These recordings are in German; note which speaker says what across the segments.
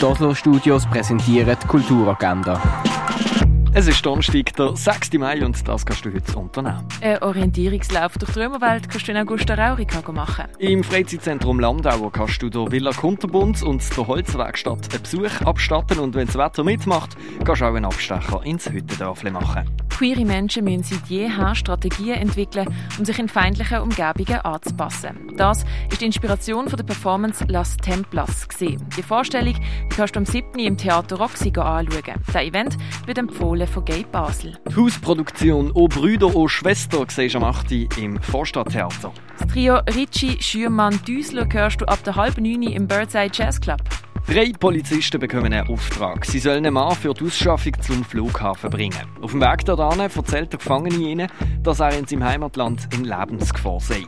Speaker 1: Die Oslo Studios präsentieren die Kulturagenda.
Speaker 2: Es ist Donnerstag, der 6. Mai und das kannst du heute unternehmen.
Speaker 3: Einen Orientierungslauf durch die Römerwelt kannst du in Augusta Raurica machen.
Speaker 2: Im Freizeitzentrum Landauer kannst du der Villa Kunterbund und der Holzwerkstatt einen Besuch abstatten und wenn das Wetter mitmacht, kannst du auch einen Abstecher ins Hüttendörfli machen.
Speaker 3: Queere Menschen müssen seit jeher Strategien entwickeln, um sich in feindlichen Umgebungen anzupassen. Das ist die Inspiration von der Performance Las Templas. Gewesen. Die Vorstellung die kannst du am 7. im Theater Roxy anschauen. Das Event wird empfohlen von Gay Basel.
Speaker 2: Die Hausproduktion «O Brüder, O Schwester» siehst du am 8. Uhr im Vorstadttheater.
Speaker 3: Das Trio Ricci Schürmann Düsler hörst du ab der halben 9 Uhr im Birdseye Jazz Club.
Speaker 2: Drei Polizisten bekommen einen Auftrag. Sie sollen einen Mann für die Ausschaffung zum Flughafen bringen. Auf dem Weg dorthin erzählt der Gefangene ihnen, dass er in seinem Heimatland in Lebensgefahr sei.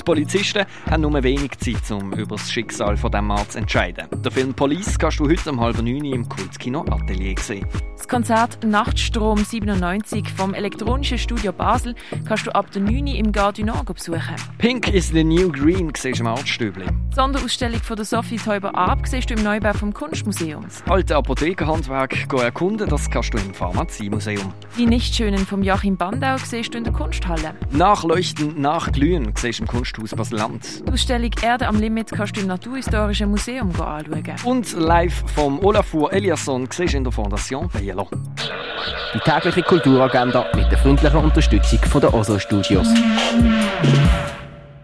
Speaker 2: Die Polizisten haben nur wenig Zeit, um über das Schicksal von dem Mann zu entscheiden. Den Film «Police» kannst du heute um halb neun im Kunstkino Atelier sehen.
Speaker 3: Das Konzert «Nachtstrom 97» vom Elektronischen Studio Basel kannst du ab der 9 Uhr im Gare du Nord besuchen.
Speaker 2: «Pink is the new green» siehst du im Artstübli.
Speaker 3: Die Sonderausstellung von der Sophie Teuber Arp siehst du im Neubau vom Kunstmuseum.
Speaker 2: Das alte Apothekerhandwerk gehen erkunden, das kannst du im Pharmaziemuseum.
Speaker 3: Die Nichtschönen vom Joachim Bandau siehst du in der Kunsthalle.
Speaker 2: Nachleuchten, nachglühen siehst du im Kunsthaus Basel-Land.
Speaker 3: Die Ausstellung «Erde am Limit» kannst du im Naturhistorischen Museum anschauen.
Speaker 2: Und live vom Olafur Eliasson siehst du in der Fondation Bielo.
Speaker 1: Die tägliche Kulturagenda mit der freundlichen Unterstützung von der Oslo Studios.